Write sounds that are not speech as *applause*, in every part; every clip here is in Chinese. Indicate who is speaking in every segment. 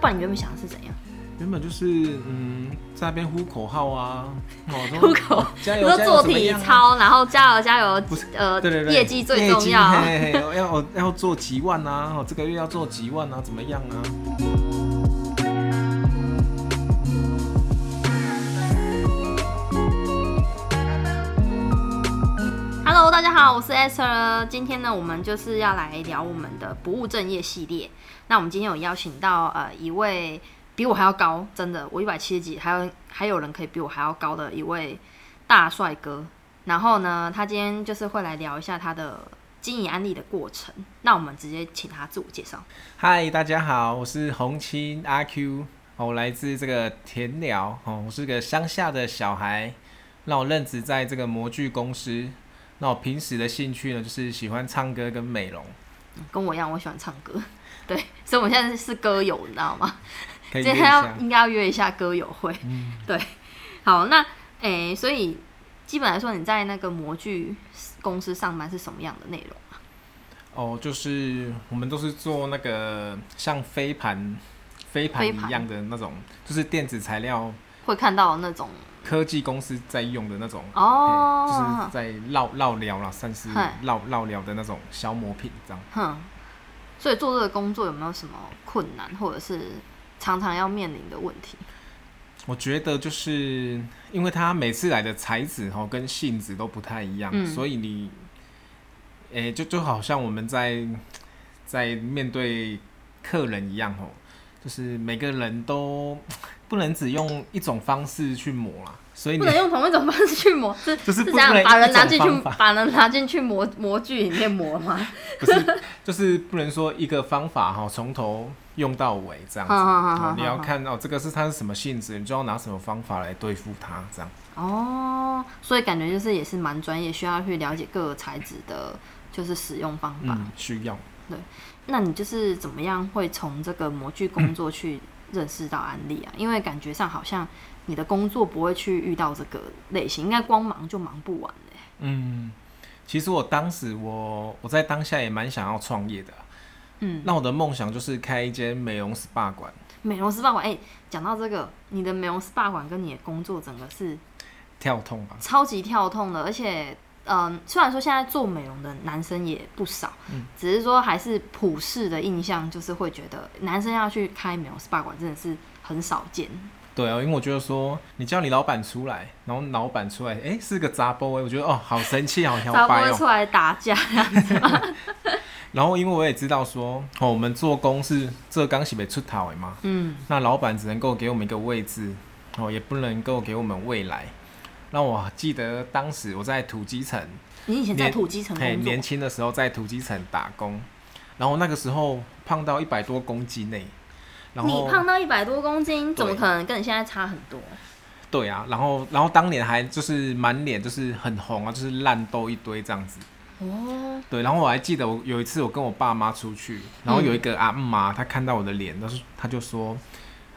Speaker 1: 不然你原本想的是怎样？
Speaker 2: 原本就是嗯，在那边呼口号
Speaker 1: *laughs*
Speaker 2: 啊，哦
Speaker 1: 出
Speaker 2: 说
Speaker 1: 口，
Speaker 2: 加
Speaker 1: 你
Speaker 2: 油，
Speaker 1: 说
Speaker 2: 加油
Speaker 1: 做
Speaker 2: 怎么
Speaker 1: 体
Speaker 2: 样啊
Speaker 1: 操，然后加油加油
Speaker 2: 不是，
Speaker 1: 呃，
Speaker 2: 对对对，
Speaker 1: 业绩最
Speaker 2: 业
Speaker 1: 重
Speaker 2: 绩
Speaker 1: 要。
Speaker 2: 嘿嘿嘿要哦要要做几万啊，哦，这个月要做几万啊，怎么样啊？
Speaker 1: Hello，大家好，我是 Esther。今天呢，我们就是要来聊我们的不务正业系列。那我们今天有邀请到呃一位比我还要高，真的，我一百七十几，还有还有人可以比我还要高的一位大帅哥。然后呢，他今天就是会来聊一下他的经营安利的过程。那我们直接请他自我介绍。
Speaker 2: 嗨，大家好，我是红青阿 Q，哦，我来自这个田寮，哦，我是个乡下的小孩，那我任职在这个模具公司，那我平时的兴趣呢，就是喜欢唱歌跟美容，
Speaker 1: 跟我一样，我喜欢唱歌， *laughs* 对，所以我们现在是歌友，你知道吗？
Speaker 2: 可以
Speaker 1: 今
Speaker 2: 约一
Speaker 1: 天要
Speaker 2: 下。嗯
Speaker 1: 应该要约一下歌友会。对，好，那诶、所以基本来说，你在那个模具公司上班是什么样的内容？
Speaker 2: 哦，就是我们都是做那个像飞盘、飞盘
Speaker 1: 飞
Speaker 2: 一
Speaker 1: 盘
Speaker 2: 样的那种，就是电子材料
Speaker 1: 会看到那种
Speaker 2: 科技公司在用的那种嘿就是
Speaker 1: 哦，
Speaker 2: 在绕绕聊啦，算是
Speaker 1: 嗨
Speaker 2: 绕绕聊的那种消磨品这样。
Speaker 1: 哼，所以做这个工作有没有什么困难，或者是常常要面临的问题？
Speaker 2: 哎我觉得就是因为它每次来的材质哈跟性质都不太一样，
Speaker 1: 嗯
Speaker 2: 所以你，诶、就就好像我们在在面对客人一样哦，就是每个人都不能只用一种方式去磨啦，所以
Speaker 1: 不
Speaker 2: 你
Speaker 1: 能用同一种方式去磨，是
Speaker 2: *laughs* 就是 *laughs* 是
Speaker 1: 这
Speaker 2: 不
Speaker 1: 样
Speaker 2: 不能
Speaker 1: 把人
Speaker 2: 一
Speaker 1: 拿
Speaker 2: 种
Speaker 1: 进去 *laughs*
Speaker 2: 方，法
Speaker 1: 把人拿进去模模具里面磨吗？
Speaker 2: 不是，就是不能说一个方法哈，从头用到尾这样子。
Speaker 1: 好好好好
Speaker 2: 哦你要
Speaker 1: 好
Speaker 2: 看到、哦、这个是它是什么性质，你就要拿什么方法来对付它这样。
Speaker 1: 哦，所以感觉就是也是蛮专业，需要去了解各个材质的，就是使用方法。
Speaker 2: 嗯，需要。
Speaker 1: 那你就是怎么样会从这个模具工作去认识到安利啊？因为感觉上好像你的工作不会去遇到这个类型，应该光忙就忙不完嘞、
Speaker 2: 嗯，其实我当时我我在当下也蛮想要创业的啊。
Speaker 1: 嗯，
Speaker 2: 那我的梦想就是开一间美容 SPA 馆。
Speaker 1: 美容 SPA 馆，哎、讲到这个，你的美容 SPA 馆跟你的工作整个是
Speaker 2: 跳痛吧，
Speaker 1: 超级跳痛的，而且。嗯，虽然说现在做美容的男生也不少，
Speaker 2: 嗯
Speaker 1: 只是说还是普世的印象就是会觉得男生要去开美容 SPA 馆真的是很少见。
Speaker 2: 对啊，因为我觉得说，你叫你老板出来，然后老板出来，哎、是个杂波哎，我觉得哦，好神气，好摇
Speaker 1: 差不
Speaker 2: 摆
Speaker 1: 多
Speaker 2: 哦。
Speaker 1: 出来打架，
Speaker 2: 然后因为我也知道说，哦，我们做工是这刚洗被出逃的嘛，
Speaker 1: *laughs* 嗯，
Speaker 2: 那老板只能够给我们一个位置，哦，也不能够给我们未来。那我记得当时我在土鸡城，
Speaker 1: 你以前在
Speaker 2: 年
Speaker 1: 土鸡城
Speaker 2: 嘿，
Speaker 1: 工作
Speaker 2: 年，轻的时候在土鸡城打工，然后那个时候胖到一百多公斤内，然
Speaker 1: 你
Speaker 2: 后
Speaker 1: 胖到一百多公斤，怎么
Speaker 2: 对
Speaker 1: 可能跟你现在差很多？
Speaker 2: 对啊，然后然后当年还就是满脸就是很红啊，就是烂痘一堆这样子。
Speaker 1: 哦，，
Speaker 2: 对，然后我还记得我有一次我跟我爸妈出去，然后有一个阿姆啊，她看到我的脸，她说她就说：“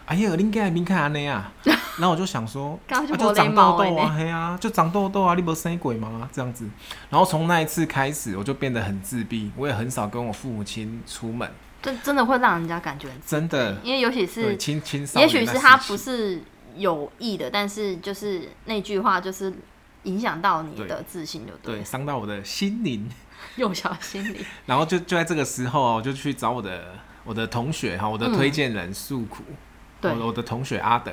Speaker 2: 哎呀，你该敏看那样。”啊然后我就想说
Speaker 1: 刚
Speaker 2: 啊
Speaker 1: 就
Speaker 2: 就
Speaker 1: 没
Speaker 2: 长
Speaker 1: 礼貌
Speaker 2: 痘
Speaker 1: 的
Speaker 2: 痘啊
Speaker 1: 呢，
Speaker 2: 嘿啊，就长痘痘啊，你不生鬼吗？这样子。然后从那一次开始，我就变得很自闭，我也很少跟我父母亲出门，
Speaker 1: 这真的会让人家感觉很，
Speaker 2: 真的。
Speaker 1: 因为尤其
Speaker 2: 对，
Speaker 1: 是，
Speaker 2: 青青少
Speaker 1: 也
Speaker 2: 年
Speaker 1: 许
Speaker 2: 那
Speaker 1: 是
Speaker 2: 时
Speaker 1: 他
Speaker 2: 期
Speaker 1: 不是有意的，但是就是那句话就是影响到你的自信，就对
Speaker 2: 对
Speaker 1: 了，
Speaker 2: 伤到我的心灵。
Speaker 1: *laughs* 幼小心
Speaker 2: *laughs*
Speaker 1: 理。
Speaker 2: 然后就就在这个时候啊，我就去找我的我的同学哈，我
Speaker 1: 嗯
Speaker 2: 的推荐人诉苦，
Speaker 1: 对
Speaker 2: 我的我的同学阿德，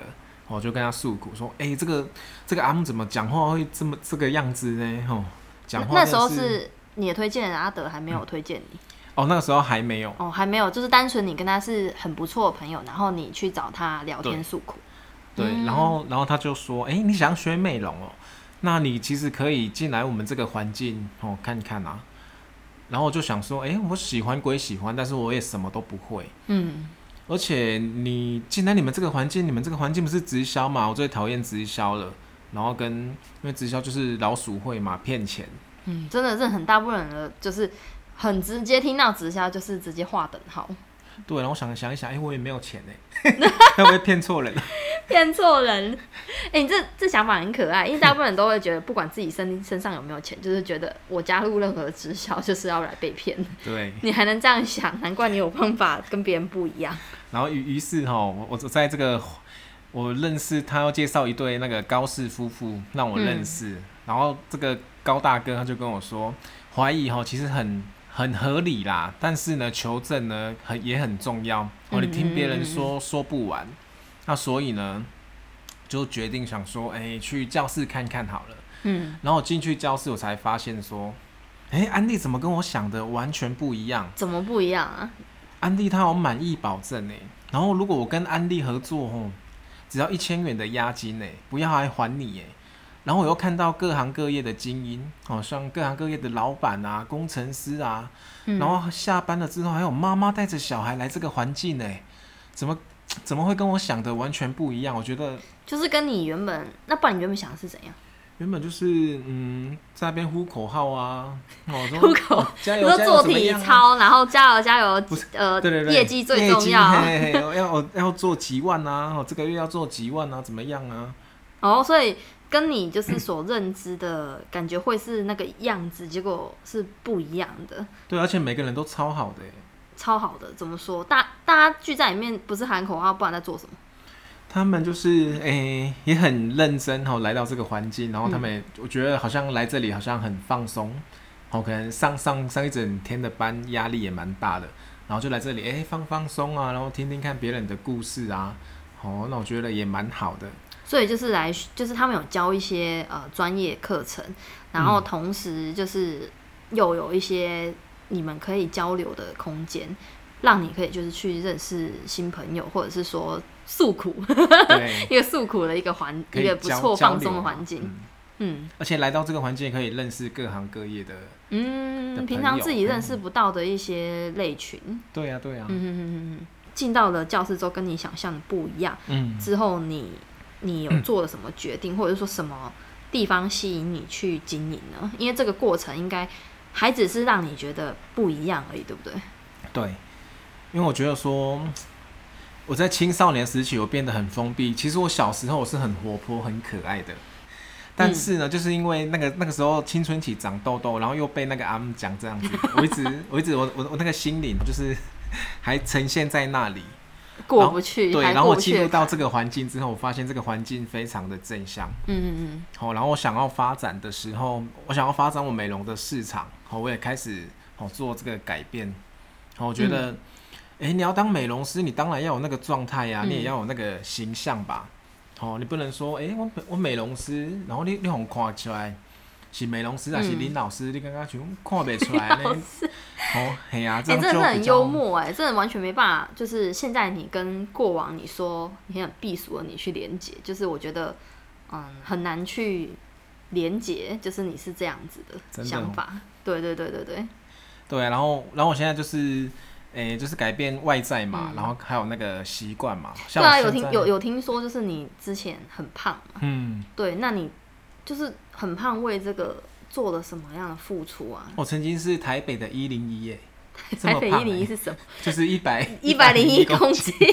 Speaker 2: 我就跟他诉苦说，哎、这个这个阿姆怎么讲话会这么这个样子呢？吼，讲
Speaker 1: 那
Speaker 2: 话
Speaker 1: 那
Speaker 2: 真的嗯
Speaker 1: 时候是你的推荐人阿德还没有推荐你
Speaker 2: 哦，那个时候还没有，
Speaker 1: 哦，还没有，就是单纯你跟他是很不错的朋友，然后你去找他聊天
Speaker 2: 对
Speaker 1: 诉苦。
Speaker 2: 对，
Speaker 1: 嗯
Speaker 2: 然后然后他就说，哎、你想学美容哦，那你其实可以进来我们这个环境哦看看啊。然后我就想说，哎、我喜欢归喜欢，但是我也什么都不会。
Speaker 1: 嗯，
Speaker 2: 而且你进来你们这个环境，你们这个环境不是直销嘛？我最讨厌直销了。然后跟因为直销就是老鼠会嘛，骗钱。
Speaker 1: 嗯，真的是很大部分人的就是很直接听到直销就是直接划等
Speaker 2: *laughs*
Speaker 1: 号，
Speaker 2: 对，然后想想一想，哎、我也没有钱 *laughs* 哎，会不会骗错人？
Speaker 1: 骗错人。 *laughs* 哎、你这这想法很可爱，因为大部分人都会觉得，不管自己身身上有没有钱，就是觉得我加入任何直销就是要来被骗。
Speaker 2: 对
Speaker 1: 你还能这样想，难怪你有办法跟别人不一样。
Speaker 2: 然后于于是哈，我我在这个我认识他要介绍一对那个高氏夫妇让我认识，然后这个高大哥他就跟我说，怀疑哈其实很很合理啦，但是呢求证呢很也很重要哦，你听别人说说不完，那所以呢就决定想说，哎、去教室看看好了。
Speaker 1: 嗯，
Speaker 2: 然后我进去教室，我才发现说，哎，安利怎么跟我想的完全不一样？
Speaker 1: 怎么不一样啊？
Speaker 2: 安利他有满意保证哎，然后如果我跟安利合作哦，只要一千元的押金哎，不要还还你哎。然后我又看到各行各业的精英哦，像各行各业的老板啊、工程师啊，
Speaker 1: 嗯
Speaker 2: 然后下班了之后还有妈妈带着小孩来这个环境哎，怎么怎么会跟我想的完全不一样？我觉得
Speaker 1: 就是跟你原本，那不然你原本想的是怎样？
Speaker 2: 原本就是嗯，在那边呼口号啊，哦，说
Speaker 1: 呼口
Speaker 2: 哦加
Speaker 1: 你
Speaker 2: 油，
Speaker 1: 说
Speaker 2: 加油
Speaker 1: 做
Speaker 2: 怎么
Speaker 1: 体
Speaker 2: 样啊
Speaker 1: 操，然后加油加油
Speaker 2: 不是，
Speaker 1: 呃，
Speaker 2: 对对对，
Speaker 1: 业绩最
Speaker 2: 业
Speaker 1: 重
Speaker 2: 绩
Speaker 1: 要。
Speaker 2: 嘿嘿嘿要哦要要做几万啊，哦，这个月要做几万啊，怎么样啊？
Speaker 1: 哦，所以跟你就是所认知的感觉会是那个样子，结果是不一样的，
Speaker 2: 对，而且每个人都超好的耶，
Speaker 1: 超好的。怎么说？大大家聚在里面不是喊口号，不然在做什么？
Speaker 2: 他们就是诶、也很认真哦，来到这个环境，然后他们也、
Speaker 1: 嗯
Speaker 2: 我觉得好像来这里好像很放松，哦，可能上上上一整天的班压力也蛮大的，然后就来这里诶、放放松啊，然后听听看别人的故事啊，哦，那我觉得也蛮好的。
Speaker 1: 所以就是来，就是他们有教一些呃专业课程，然
Speaker 2: 嗯
Speaker 1: 后同时就是又有一些你们可以交流的空间，让你可以就是去认识新朋友，或者是说诉苦 *laughs*
Speaker 2: 对，
Speaker 1: 一个诉苦的一个环，
Speaker 2: 可
Speaker 1: 一
Speaker 2: 以
Speaker 1: 个不
Speaker 2: 交
Speaker 1: 错
Speaker 2: 交
Speaker 1: 放松
Speaker 2: 流
Speaker 1: 的
Speaker 2: 啊
Speaker 1: 环境。
Speaker 2: 嗯
Speaker 1: 嗯
Speaker 2: 而且来到这个环境也可以认识各行各业的，的
Speaker 1: 嗯，
Speaker 2: 朋
Speaker 1: 平常
Speaker 2: 友
Speaker 1: 自己认
Speaker 2: 嗯
Speaker 1: 识不到的一些类群，
Speaker 2: 对呀、对呀、啊
Speaker 1: 嗯哼哼哼哼，进到了教室之后跟你想象的不一样，
Speaker 2: 嗯
Speaker 1: 之后你你有做了什么决定，或者是说什么地方吸引你去经营呢？因为这个过程应该还只是让你觉得不一样而已，对不对？
Speaker 2: 对，因为我觉得说，我在青少年时期我变得很封闭。其实我小时候我是很活泼、很可爱的，
Speaker 1: 嗯
Speaker 2: 但是呢，就是因为那个那个时候青春期长痘痘，然后又被那个阿姆讲这样子，我一直我一直我我我那个心灵就是 *laughs* 还呈现在那里。
Speaker 1: 过不去，
Speaker 2: 对，
Speaker 1: 还
Speaker 2: 然
Speaker 1: 过
Speaker 2: 后我
Speaker 1: 不
Speaker 2: 进入
Speaker 1: 去。
Speaker 2: 到这个环境之后，我发现这个环境非常的正向。
Speaker 1: 嗯嗯
Speaker 2: 好、然后我想要发展的时候，我想要发展我美容的市场，好、我也开始好、做这个改变。好、我觉得，
Speaker 1: 嗯
Speaker 2: 诶，你要当美容师，你当然要有那个状态呀，
Speaker 1: 嗯
Speaker 2: 你也要有那个形象吧。好、你不能说，诶，我我美容师，然后你你很看起来是美容师还是
Speaker 1: 嗯
Speaker 2: 林老师，你刚刚全部看不
Speaker 1: *laughs*
Speaker 2: 出来呢。哦，嘿呀、啊，这
Speaker 1: 哎、真
Speaker 2: 样就
Speaker 1: 的
Speaker 2: 比
Speaker 1: 很
Speaker 2: 较
Speaker 1: 幽默哎、真的完全没办法。就是现在你跟过往你说你很避俗的你去连接，就是我觉得嗯很难去连接，就是你是这样子的
Speaker 2: 真的
Speaker 1: 想
Speaker 2: 哦
Speaker 1: 法。对对对对对，
Speaker 2: 对，啊然后然后我现在就是，诶、就是改变外在嘛，然后还有那个习惯嘛。
Speaker 1: 嗯对
Speaker 2: 像
Speaker 1: 啊，
Speaker 2: 我
Speaker 1: 有
Speaker 2: 现
Speaker 1: 听
Speaker 2: 在
Speaker 1: 有，有听说，就是你之前很胖嘛，
Speaker 2: 嗯。
Speaker 1: 对，那你就是很胖，为这个做了什么样的付出啊？
Speaker 2: 我曾经是台北的一零一耶，这
Speaker 1: 台
Speaker 2: 么
Speaker 1: 北
Speaker 2: 胖
Speaker 1: 一零一
Speaker 2: 欸
Speaker 1: 是什么？
Speaker 2: 就是 *laughs* 一百
Speaker 1: 一百零一
Speaker 2: 公
Speaker 1: 公
Speaker 2: 斤，
Speaker 1: 斤，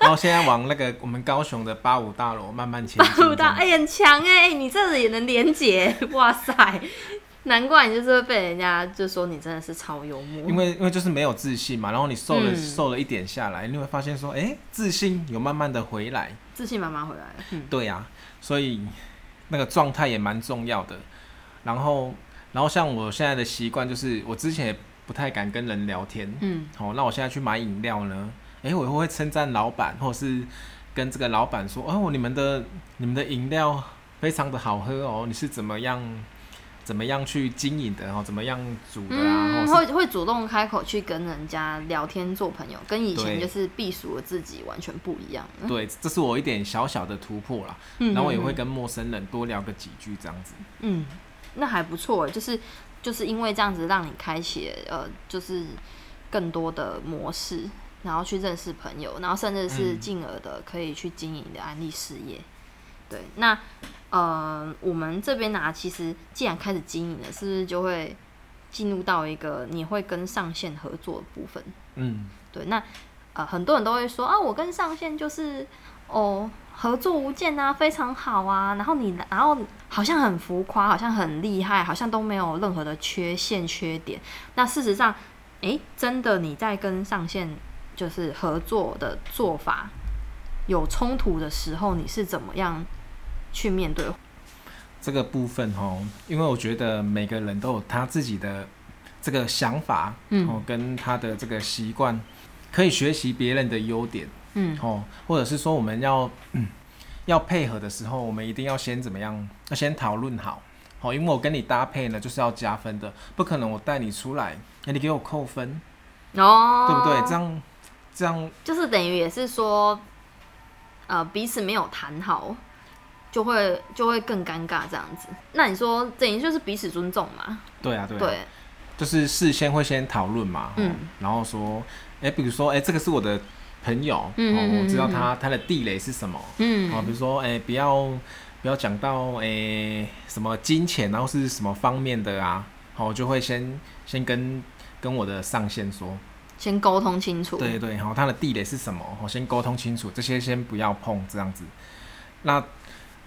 Speaker 2: 然后现在往那个我们高雄的八五大楼慢慢前进。
Speaker 1: 不到，哎、很强哎、你这个也能连结，哇塞，难怪你就是会被人家就说你真的是超幽
Speaker 2: 因
Speaker 1: 默。
Speaker 2: 为因为就是没有自信嘛，然后你瘦了、
Speaker 1: 嗯
Speaker 2: 瘦了一点下来，你会发现说，哎、自信有慢慢的回来。
Speaker 1: 自信满满回来了，嗯，
Speaker 2: 对啊，所以那个状态也蛮重要的。然后然后像我现在的习惯就是，我之前也不太敢跟人聊天，
Speaker 1: 嗯，
Speaker 2: 好、那我现在去买饮料呢，诶，我会称赞老板，或者是跟这个老板说，哦，你们的你们的饮料非常的好喝哦，你是怎么样怎么样去经营的哦，怎么样煮的啊，
Speaker 1: 嗯，
Speaker 2: 或
Speaker 1: 会会主动开口去跟人家聊天做朋友，跟以前
Speaker 2: 对
Speaker 1: 就是避暑的自己完全不一样了。
Speaker 2: 是对，这是我一点小小的突破啦。
Speaker 1: 嗯
Speaker 2: 然后我也
Speaker 1: 嗯嗯
Speaker 2: 会跟陌生人多聊个几句这样子。
Speaker 1: 嗯，那还不错欸，就是就是因为这样子让你开启呃，就是更多的模式，然后去认识朋友，然后甚至是
Speaker 2: 嗯
Speaker 1: 进而的可以去经营你的安利事业。对，那呃，我们这边呢、其实既然开始经营了，是不是就会进入到一个你会跟上线合作的部分？
Speaker 2: 嗯，
Speaker 1: 对，那呃，很多人都会说啊，我跟上线就是哦合作无间啊，非常好啊。然后你，然后好像很浮夸，好像很厉害，好像都没有任何的缺陷缺点。那事实上，诶，真的你在跟上线就是合作的做法有冲突的时候，你是怎么样去面对？
Speaker 2: 这个部分哦，因为我觉得每个人都有他自己的这个想法，
Speaker 1: 嗯
Speaker 2: 哦，跟他的这个习惯，可以学习别人的优点，
Speaker 1: 嗯
Speaker 2: 哦，或者是说我们要、嗯要配合的时候，我们一定要先怎么样？要先讨论好，好、因为我跟你搭配呢，就是要加分的，不可能我带你出来，哎你给我扣分，
Speaker 1: 哦，
Speaker 2: 对不对？这样这样
Speaker 1: 就是等于也是说，呃，彼此没有谈好，就会就会更尴尬这样子。那你说等于就是彼此尊重嘛？
Speaker 2: 对啊对
Speaker 1: 对，
Speaker 2: 啊就是事先会先讨论嘛，
Speaker 1: 嗯
Speaker 2: 嗯，然后说，哎、比如说，哎、这个是我的朋友，
Speaker 1: 嗯嗯
Speaker 2: 哦，
Speaker 1: 嗯
Speaker 2: 我知道
Speaker 1: 嗯
Speaker 2: 他他的地雷是什么，
Speaker 1: 嗯，
Speaker 2: 哦，比如说，哎、不要不要讲到哎、什么金钱，然后是什么方面的啊，好、我就会先先跟跟我的上线说，
Speaker 1: 先沟通清楚。
Speaker 2: 对对，好、他的地雷是什么，我、先沟通清楚，这些先不要碰，这样子。那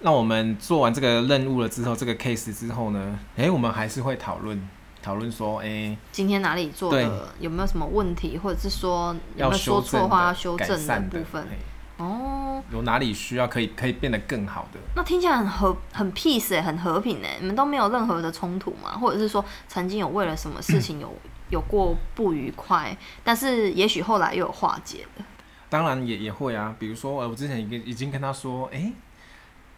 Speaker 2: 那我们做完这个任务了之后，这个 case 之后呢，哎、我们还是会讨论讨论说，哎、
Speaker 1: 今天哪里做的有没有什么问题，或者是说有
Speaker 2: 要
Speaker 1: 没有说
Speaker 2: 修正
Speaker 1: 错
Speaker 2: 的、
Speaker 1: 话要修
Speaker 2: 改
Speaker 1: 正
Speaker 2: 善的
Speaker 1: 部分？
Speaker 2: 嘿
Speaker 1: 哦，
Speaker 2: 有哪里需要可以可以变得更好的？
Speaker 1: 那听起来很和很 peace 哎、很和平哎、你们都没有任何的冲突嘛？或者是说曾经有为了什么事情有有过不愉快，但是也许后来又有化解了。
Speaker 2: 当然也也会啊，比如说呃，我之前已经已经跟他说，诶，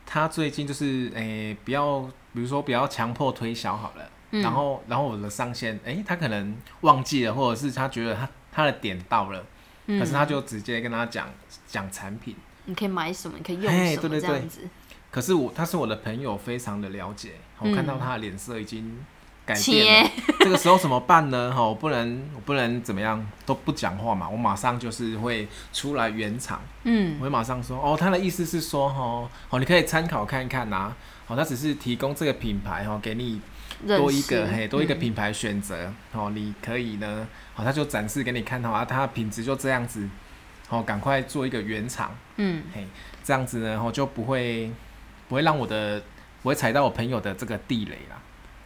Speaker 2: 他最近就是诶、不要，比如说不要强迫推销好了。
Speaker 1: 嗯
Speaker 2: 然后，然后我的上线，诶，他可能忘记了，或者是他觉得他他的点到了，
Speaker 1: 嗯
Speaker 2: 可是他就直接跟他讲讲产品。
Speaker 1: 你可以买什么，你可以用
Speaker 2: 嘿
Speaker 1: 什么，
Speaker 2: 对对
Speaker 1: 这样子
Speaker 2: 可是我他是我的朋友，非常的了解，我
Speaker 1: 嗯
Speaker 2: 看到他的脸色已经改变了
Speaker 1: 切，，
Speaker 2: *laughs* 这个时候怎么办呢？哦哈，我不能我不能怎么样都不讲话嘛，我马上就是会出来圆场。
Speaker 1: 嗯
Speaker 2: 我会马上说哦，他的意思是说哦，哦，你可以参考看看呐、哦，他只是提供这个品牌哦，给你
Speaker 1: 认识，
Speaker 2: 多一个嘿，多一个
Speaker 1: 嗯
Speaker 2: 品牌选择、哦，你可以呢，哦，他就展示给你看好啊，它的品质就这样子，哦，赶快做一个原厂，
Speaker 1: 嗯
Speaker 2: 这样子呢，哦，就不会不会让我的不会踩到我朋友的这个地雷啦。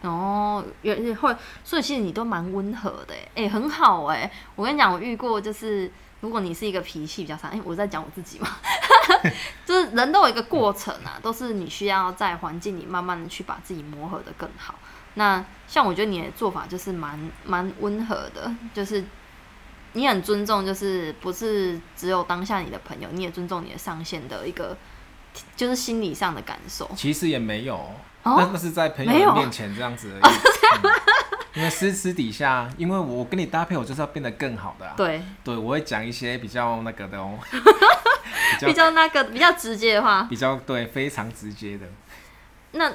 Speaker 1: 哦，也会，所以其实你都蛮温和的欸，哎、很好哎、我跟你讲，我遇过就是，如果你是一个脾气比较差，哎、我在讲我自己嘛， *laughs* 就是人都有一个过程啊，都是你需要在环境里慢慢的去把自己磨合的更好。那像我觉得你的做法就是蛮蛮温和的，就是你很尊重，就是不是只有当下你的朋友，你也尊重你的上线的一个，就是心理上的感受。
Speaker 2: 其实也没有，
Speaker 1: 哦
Speaker 2: 那那是在朋友
Speaker 1: 没有
Speaker 2: 的面前这样子而已。嗯因为私私底下，因为我跟你搭配，我就是要变得更好的啊。
Speaker 1: 对，
Speaker 2: 对，我会讲一些比较那个的哦， *laughs* 比
Speaker 1: 比
Speaker 2: 较
Speaker 1: 较那个比较直接的话，
Speaker 2: 比较对，非常直接的。
Speaker 1: 那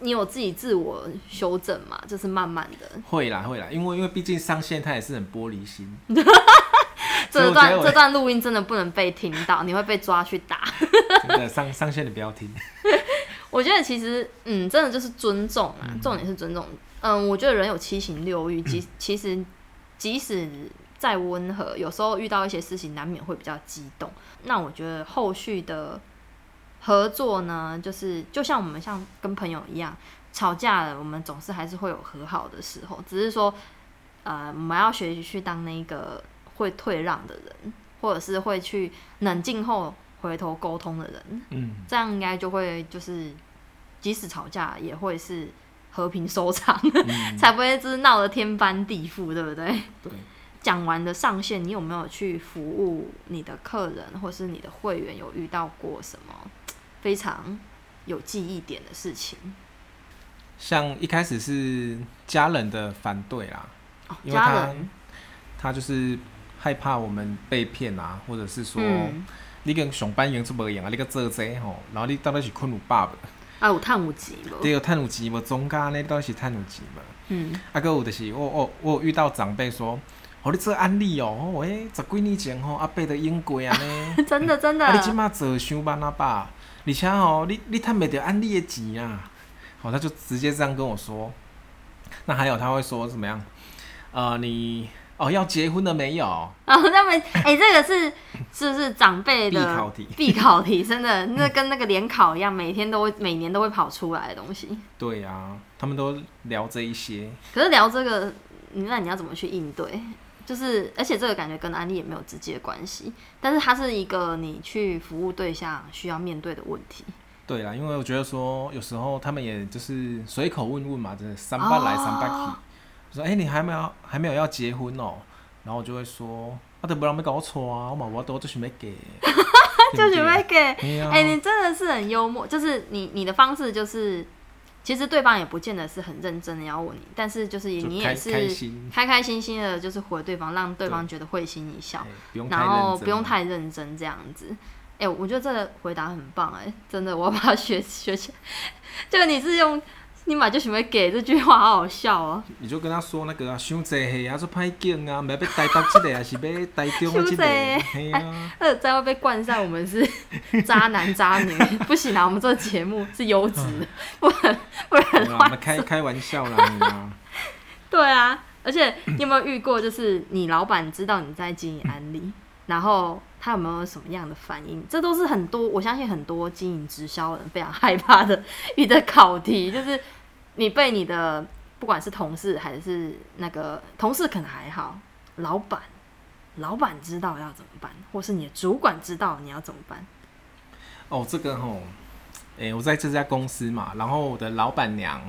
Speaker 1: 你有自己自我修正嘛？就是慢慢的
Speaker 2: 会啦，会啦，因为因为毕竟上线他也是很玻璃
Speaker 1: *laughs*
Speaker 2: 心，哎所以
Speaker 1: 这
Speaker 2: 我觉
Speaker 1: 段
Speaker 2: 得我
Speaker 1: 这段录音真的不能被听到，你会被抓去打。
Speaker 2: 真的上上线你不要听。
Speaker 1: 我觉得其实嗯，真的就是尊重啊，重点是尊重。嗯，我觉得人有七情六欲，其其实即使再温和，有时候遇到一些事情难免会比较激动。那我觉得后续的合作呢，就是就像我们像跟朋友一样吵架了，我们总是还是会有和好的时候，只是说呃，我们要学习去当那个会退让的人，或者是会去冷静后回头沟通的人。
Speaker 2: 嗯，
Speaker 1: 这样应该就会就是，即使吵架也会是和平收场，*laughs*
Speaker 2: 嗯
Speaker 1: 才不会就是闹得天翻地覆，对不对？
Speaker 2: 对。
Speaker 1: 讲完的上线，你有没有去服务你的客人或是你的会员？有遇到过什么非常有记忆点的事情？
Speaker 2: 像一开始是家人的反对啦，
Speaker 1: 哦，
Speaker 2: 因为
Speaker 1: 家
Speaker 2: 他
Speaker 1: 人，
Speaker 2: 他就是害怕我们被骗啊，或者是说、
Speaker 1: 嗯，
Speaker 2: 你跟上班员做无用啊，你个做这吼、然后你到底是困有爸无？
Speaker 1: 啊，有探五级了，
Speaker 2: 你有趁有钱无？中间呢到底是趁有钱无？
Speaker 1: 嗯，，
Speaker 2: 啊，搁有就是我我我有遇到长辈说，哦，你做安利哦，哦，诶，十几年前哦吼、阿伯都用过安尼
Speaker 1: 真的 *laughs* 真的，
Speaker 2: 啊，你即马做伤万啊吧，而且吼、你你趁袂着安利的钱啊，好、他就直接这样跟我说。那还有他会说怎么样？呃，你哦要结婚了没有？
Speaker 1: 然后他们，哎、这个是是不是长辈的
Speaker 2: 必考题嗯
Speaker 1: 必考题真的，那跟那个联考一样，每天都会每年都会跑出来的东西。
Speaker 2: 对啊，他们都聊这一些。
Speaker 1: 可是聊这个，你那你要怎么去应对？就是而且这个感觉跟安利也没有直接关系，但是它是一个你去服务对象需要面对的问题。
Speaker 2: 对啊啦，因为我觉得说有时候他们也就是随口问问嘛，真的三八来三八去
Speaker 1: 哦，
Speaker 2: 我说哎、你还没有还没有要结婚哦、然后我就会说啊，都不让没搞错啊，我嘛我都就是没
Speaker 1: *laughs*
Speaker 2: 给，
Speaker 1: 就准备给
Speaker 2: 对啊
Speaker 1: 哎、你真的是很幽默，就是你你的方式就是，其实对方也不见得是很认真的要问你，但是就是也
Speaker 2: 就
Speaker 1: 你
Speaker 2: 开
Speaker 1: 也是
Speaker 2: 开心
Speaker 1: 开开心心的，就是回对方，让对方觉得会心一笑
Speaker 2: 哎，不用太
Speaker 1: 然
Speaker 2: 认
Speaker 1: 后
Speaker 2: 真
Speaker 1: 不用
Speaker 2: 嘛
Speaker 1: 太认真这样子。哎、我觉得这个回答很棒、哎，真的，我要把它学学起来。就你是用“你买就准备给”这句话，好好笑哦、
Speaker 2: 你就跟他说那个啊，伤济岁啊，做歹景啊，袂要台北即个，还是要台中
Speaker 1: *laughs*
Speaker 2: 的即个，
Speaker 1: 太
Speaker 2: 嘿啊，
Speaker 1: 呃，在会被冠上我们是渣男渣女，不行啊！我们这个节目是优质的，不能不
Speaker 2: 对
Speaker 1: 能
Speaker 2: 啦
Speaker 1: 乱
Speaker 2: 我们开开玩笑啦，你啊，
Speaker 1: 对啊，而且你有没有遇过，就是你老板知道你在经营安利，然后他有没有什么样的反应？这都是很多我相信很多经营直销人非常害怕的一个考题，就是你被你的不管是同事还是那个同事可能还好，老板。老板知道要怎么办，或是你的主管知道你要怎么办，
Speaker 2: 哦，这个吼，诶、我在这家公司嘛，然后我的老板娘，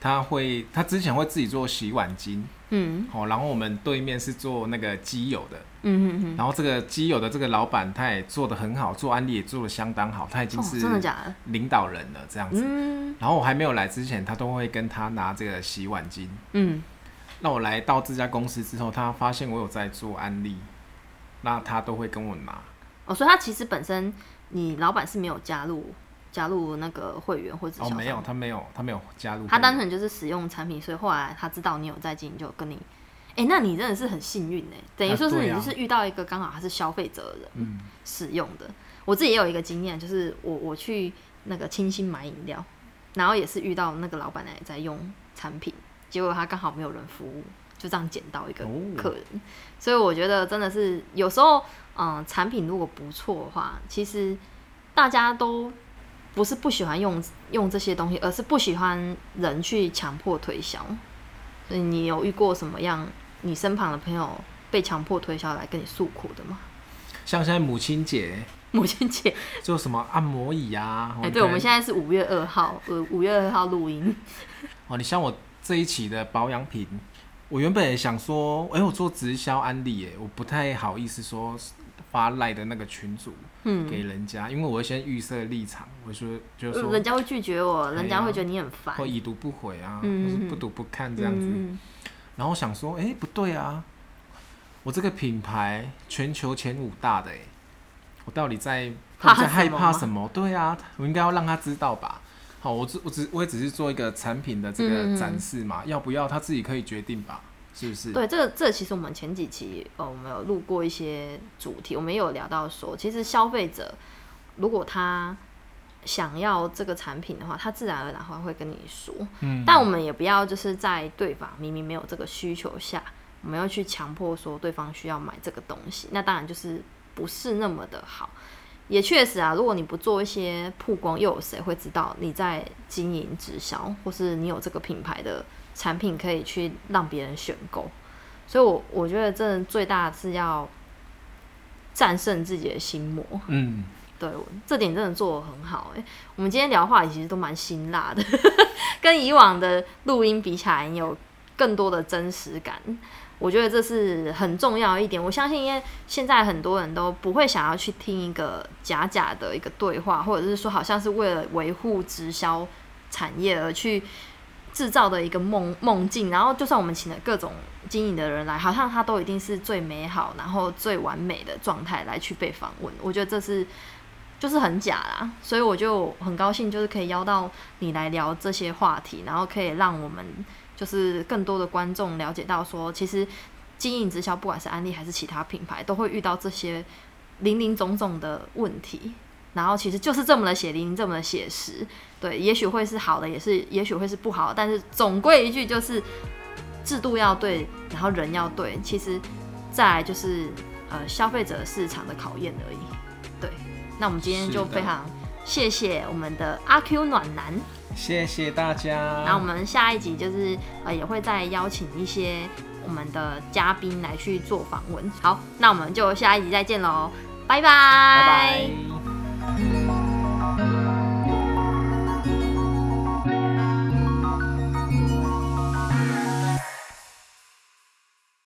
Speaker 2: 她会，她之前会自己做洗碗巾，
Speaker 1: 嗯
Speaker 2: 哦，然后我们对面是做那个机油的，
Speaker 1: 嗯嗯嗯，
Speaker 2: 然后这个机油的这个老板，他也做的很好，做安利也做的相当好，他已经
Speaker 1: 哦，
Speaker 2: 是
Speaker 1: 真的假的？
Speaker 2: 领导人了这样子。
Speaker 1: 嗯
Speaker 2: 然后我还没有来之前，他都会跟他拿这个洗碗巾。
Speaker 1: 嗯，
Speaker 2: 那我来到这家公司之后，他发现我有在做安利，那他都会跟我拿。
Speaker 1: 哦，所以他其实本身你老板是没有加入加入那个会员或者
Speaker 2: 哦，
Speaker 1: 小
Speaker 2: 没有，
Speaker 1: 商
Speaker 2: 他没有，他没有加入。
Speaker 1: 他单纯就是使用产品，所以后来他知道你有在经营，就跟你，哎、那你真的是很幸运哎、等于
Speaker 2: 啊
Speaker 1: 说是
Speaker 2: 对
Speaker 1: 你
Speaker 2: 啊
Speaker 1: 就是遇到一个刚好他是消费者的人
Speaker 2: 嗯，
Speaker 1: 使用的。我自己也有一个经验，就是我我去那个清新买饮料，然后也是遇到那个老板奶奶在用产品，结果他刚好没有人服务，就这样捡到一个
Speaker 2: 哦
Speaker 1: 客人。所以我觉得真的是有时候，嗯、产品如果不错的话，其实大家都不是不喜欢用用这些东西，而是不喜欢人去强迫推销。所以你有遇过什么样你身旁的朋友被强迫推销来跟你诉苦的吗？ *laughs*
Speaker 2: 像现在母亲节，
Speaker 1: 母亲节，
Speaker 2: 就什么按摩椅啊。
Speaker 1: 哎、对，我们现
Speaker 2: 在
Speaker 1: 在是五月二号，呃，五月二号录音，
Speaker 2: 哦，你像我这一期的保养品，我原本也想说，哎、我做直销安利，耶，我不太好意思说发赖的那个群主
Speaker 1: 嗯，呃
Speaker 2: 给人家，因为我会先预设立场，我说就是
Speaker 1: 人
Speaker 2: 说
Speaker 1: 家会拒绝我，人家
Speaker 2: 哎呀
Speaker 1: 会觉得你很烦，
Speaker 2: 会已读不回啊，
Speaker 1: 嗯嗯
Speaker 2: 或是不读不看这样子。
Speaker 1: 嗯
Speaker 2: 然后想说，哎、不对啊，我这个品牌全球前五大的、诶我到底在
Speaker 1: 怕
Speaker 2: 我在害
Speaker 1: 什么
Speaker 2: 怕
Speaker 1: 吗
Speaker 2: 什么？对啊，我应该要让他知道吧。好，我只我只我也只是做一个产品的这
Speaker 1: 嗯嗯嗯
Speaker 2: 个展示嘛，要不要他自己可以决定吧，是不是？
Speaker 1: 对，这个这个其实我们前几期呃，我们有录过一些主题，我们也有聊到说，其实消费者如果他想要这个产品的话，他自然而然会会跟你说，
Speaker 2: 嗯，
Speaker 1: 但我们也不要就是在对方明明没有这个需求下，我们要去强迫说对方需要买这个东西，那当然就是不是那么的好。也确实啊，如果你不做一些曝光，又有谁会知道你在经营直销，或是你有这个品牌的产品可以去让别人选购？所以我，我觉得真的最大是要战胜自己的心魔。
Speaker 2: 嗯，
Speaker 1: 对，我这点真的做的很好哎、我们今天聊的话题其实都蛮辛辣的， *laughs* 跟以往的录音比起来，有更多的真实感。我觉得这是很重要的一点。我相信，因为现在很多人都不会想要去听一个假假的一个对话，或者是说好像是为了维护直销产业而去制造的一个梦梦境。然后，就算我们请了各种经营的人来，好像他都一定是最美好，然后最完美的状态来去被访问。我觉得这是就是很假啦，所以我就很高兴，就是可以邀到你来聊这些话题，然后可以让我们就是更多的观众了解到说，其实经营直销，不管是安利还是其他品牌，都会遇到这些零零总总的问题。然后其实就是这么的血淋，这么的写实，对，也许会是好的，也是也许会是不好的，但是总归一句就是制度要对，然后人要对，其实再来就是呃消费者市场的考验而已。对，那我们今天
Speaker 2: 是
Speaker 1: 就
Speaker 2: 的
Speaker 1: 非常谢谢我们的阿 Q 暖男，
Speaker 2: 谢谢大家。
Speaker 1: 那我们下一集就是呃也会再邀请一些我们的嘉宾来去做访问。好，那我们就下一集再见喽，拜拜。
Speaker 2: 拜拜。